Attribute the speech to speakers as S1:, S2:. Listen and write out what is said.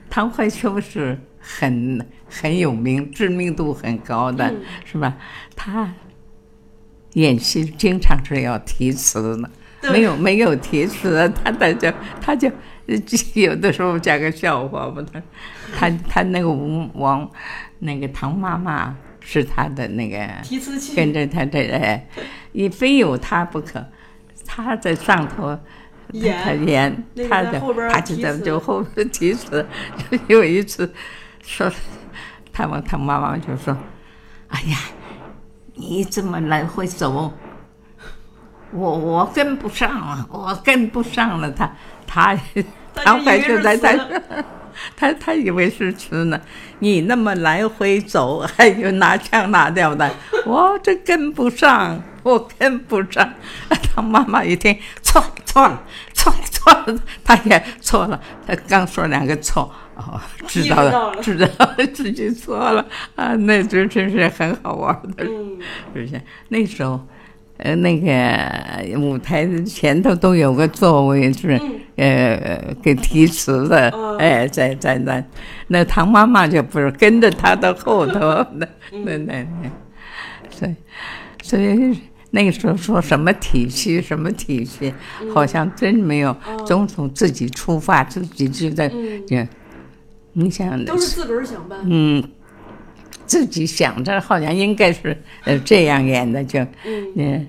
S1: 唐怀秋是很很有名、知名度很高的，
S2: 嗯
S1: 是吧？他演戏经常是要提词的，
S2: 对
S1: 没有没有提词，他他就他就 有的时候讲个笑话吧，他他他那个吴王那个唐妈妈是他的那 个
S2: 提词器，
S1: 跟着他这人，你非有他不可。他在上头，
S2: 演
S1: 他演
S2: 那，个
S1: 他
S2: 在
S1: 的
S2: 后边儿
S1: 他就
S2: 提
S1: 在
S2: 词
S1: 就后边提词。有一次说，他们他妈妈就说：“哎呀，你这么来回走，我我跟不上了，我跟不上了。他”他
S2: 他
S1: 唐
S2: 就
S1: 怀
S2: 以为
S1: 就是在
S2: 词
S1: 他他他以为是吃呢，你那么来回走，还有拿腔拿调的，我这跟不上，我跟不上。他妈妈一听，错了错了错了错了，他也错了，他刚说两个错，哦，知道了，
S2: 意
S1: 知道了自己错了啊，那这真是很好玩的
S2: 嗯，
S1: 是不是？那时候，呃，那个舞台的前头都有个座位，是、呃给提词的，
S2: 嗯
S1: 哎，在在那，那唐妈妈就不是跟着他的后 头，那那
S2: 嗯
S1: 那那，所以所以。那个时候说什么体系，什么体系，
S2: 嗯
S1: 好像真没有。总统自己出发，自己就在，也你想
S2: 嗯都是自个儿想办。
S1: 嗯，自己想着好像应该是呃这样演的，就
S2: 嗯
S1: 嗯，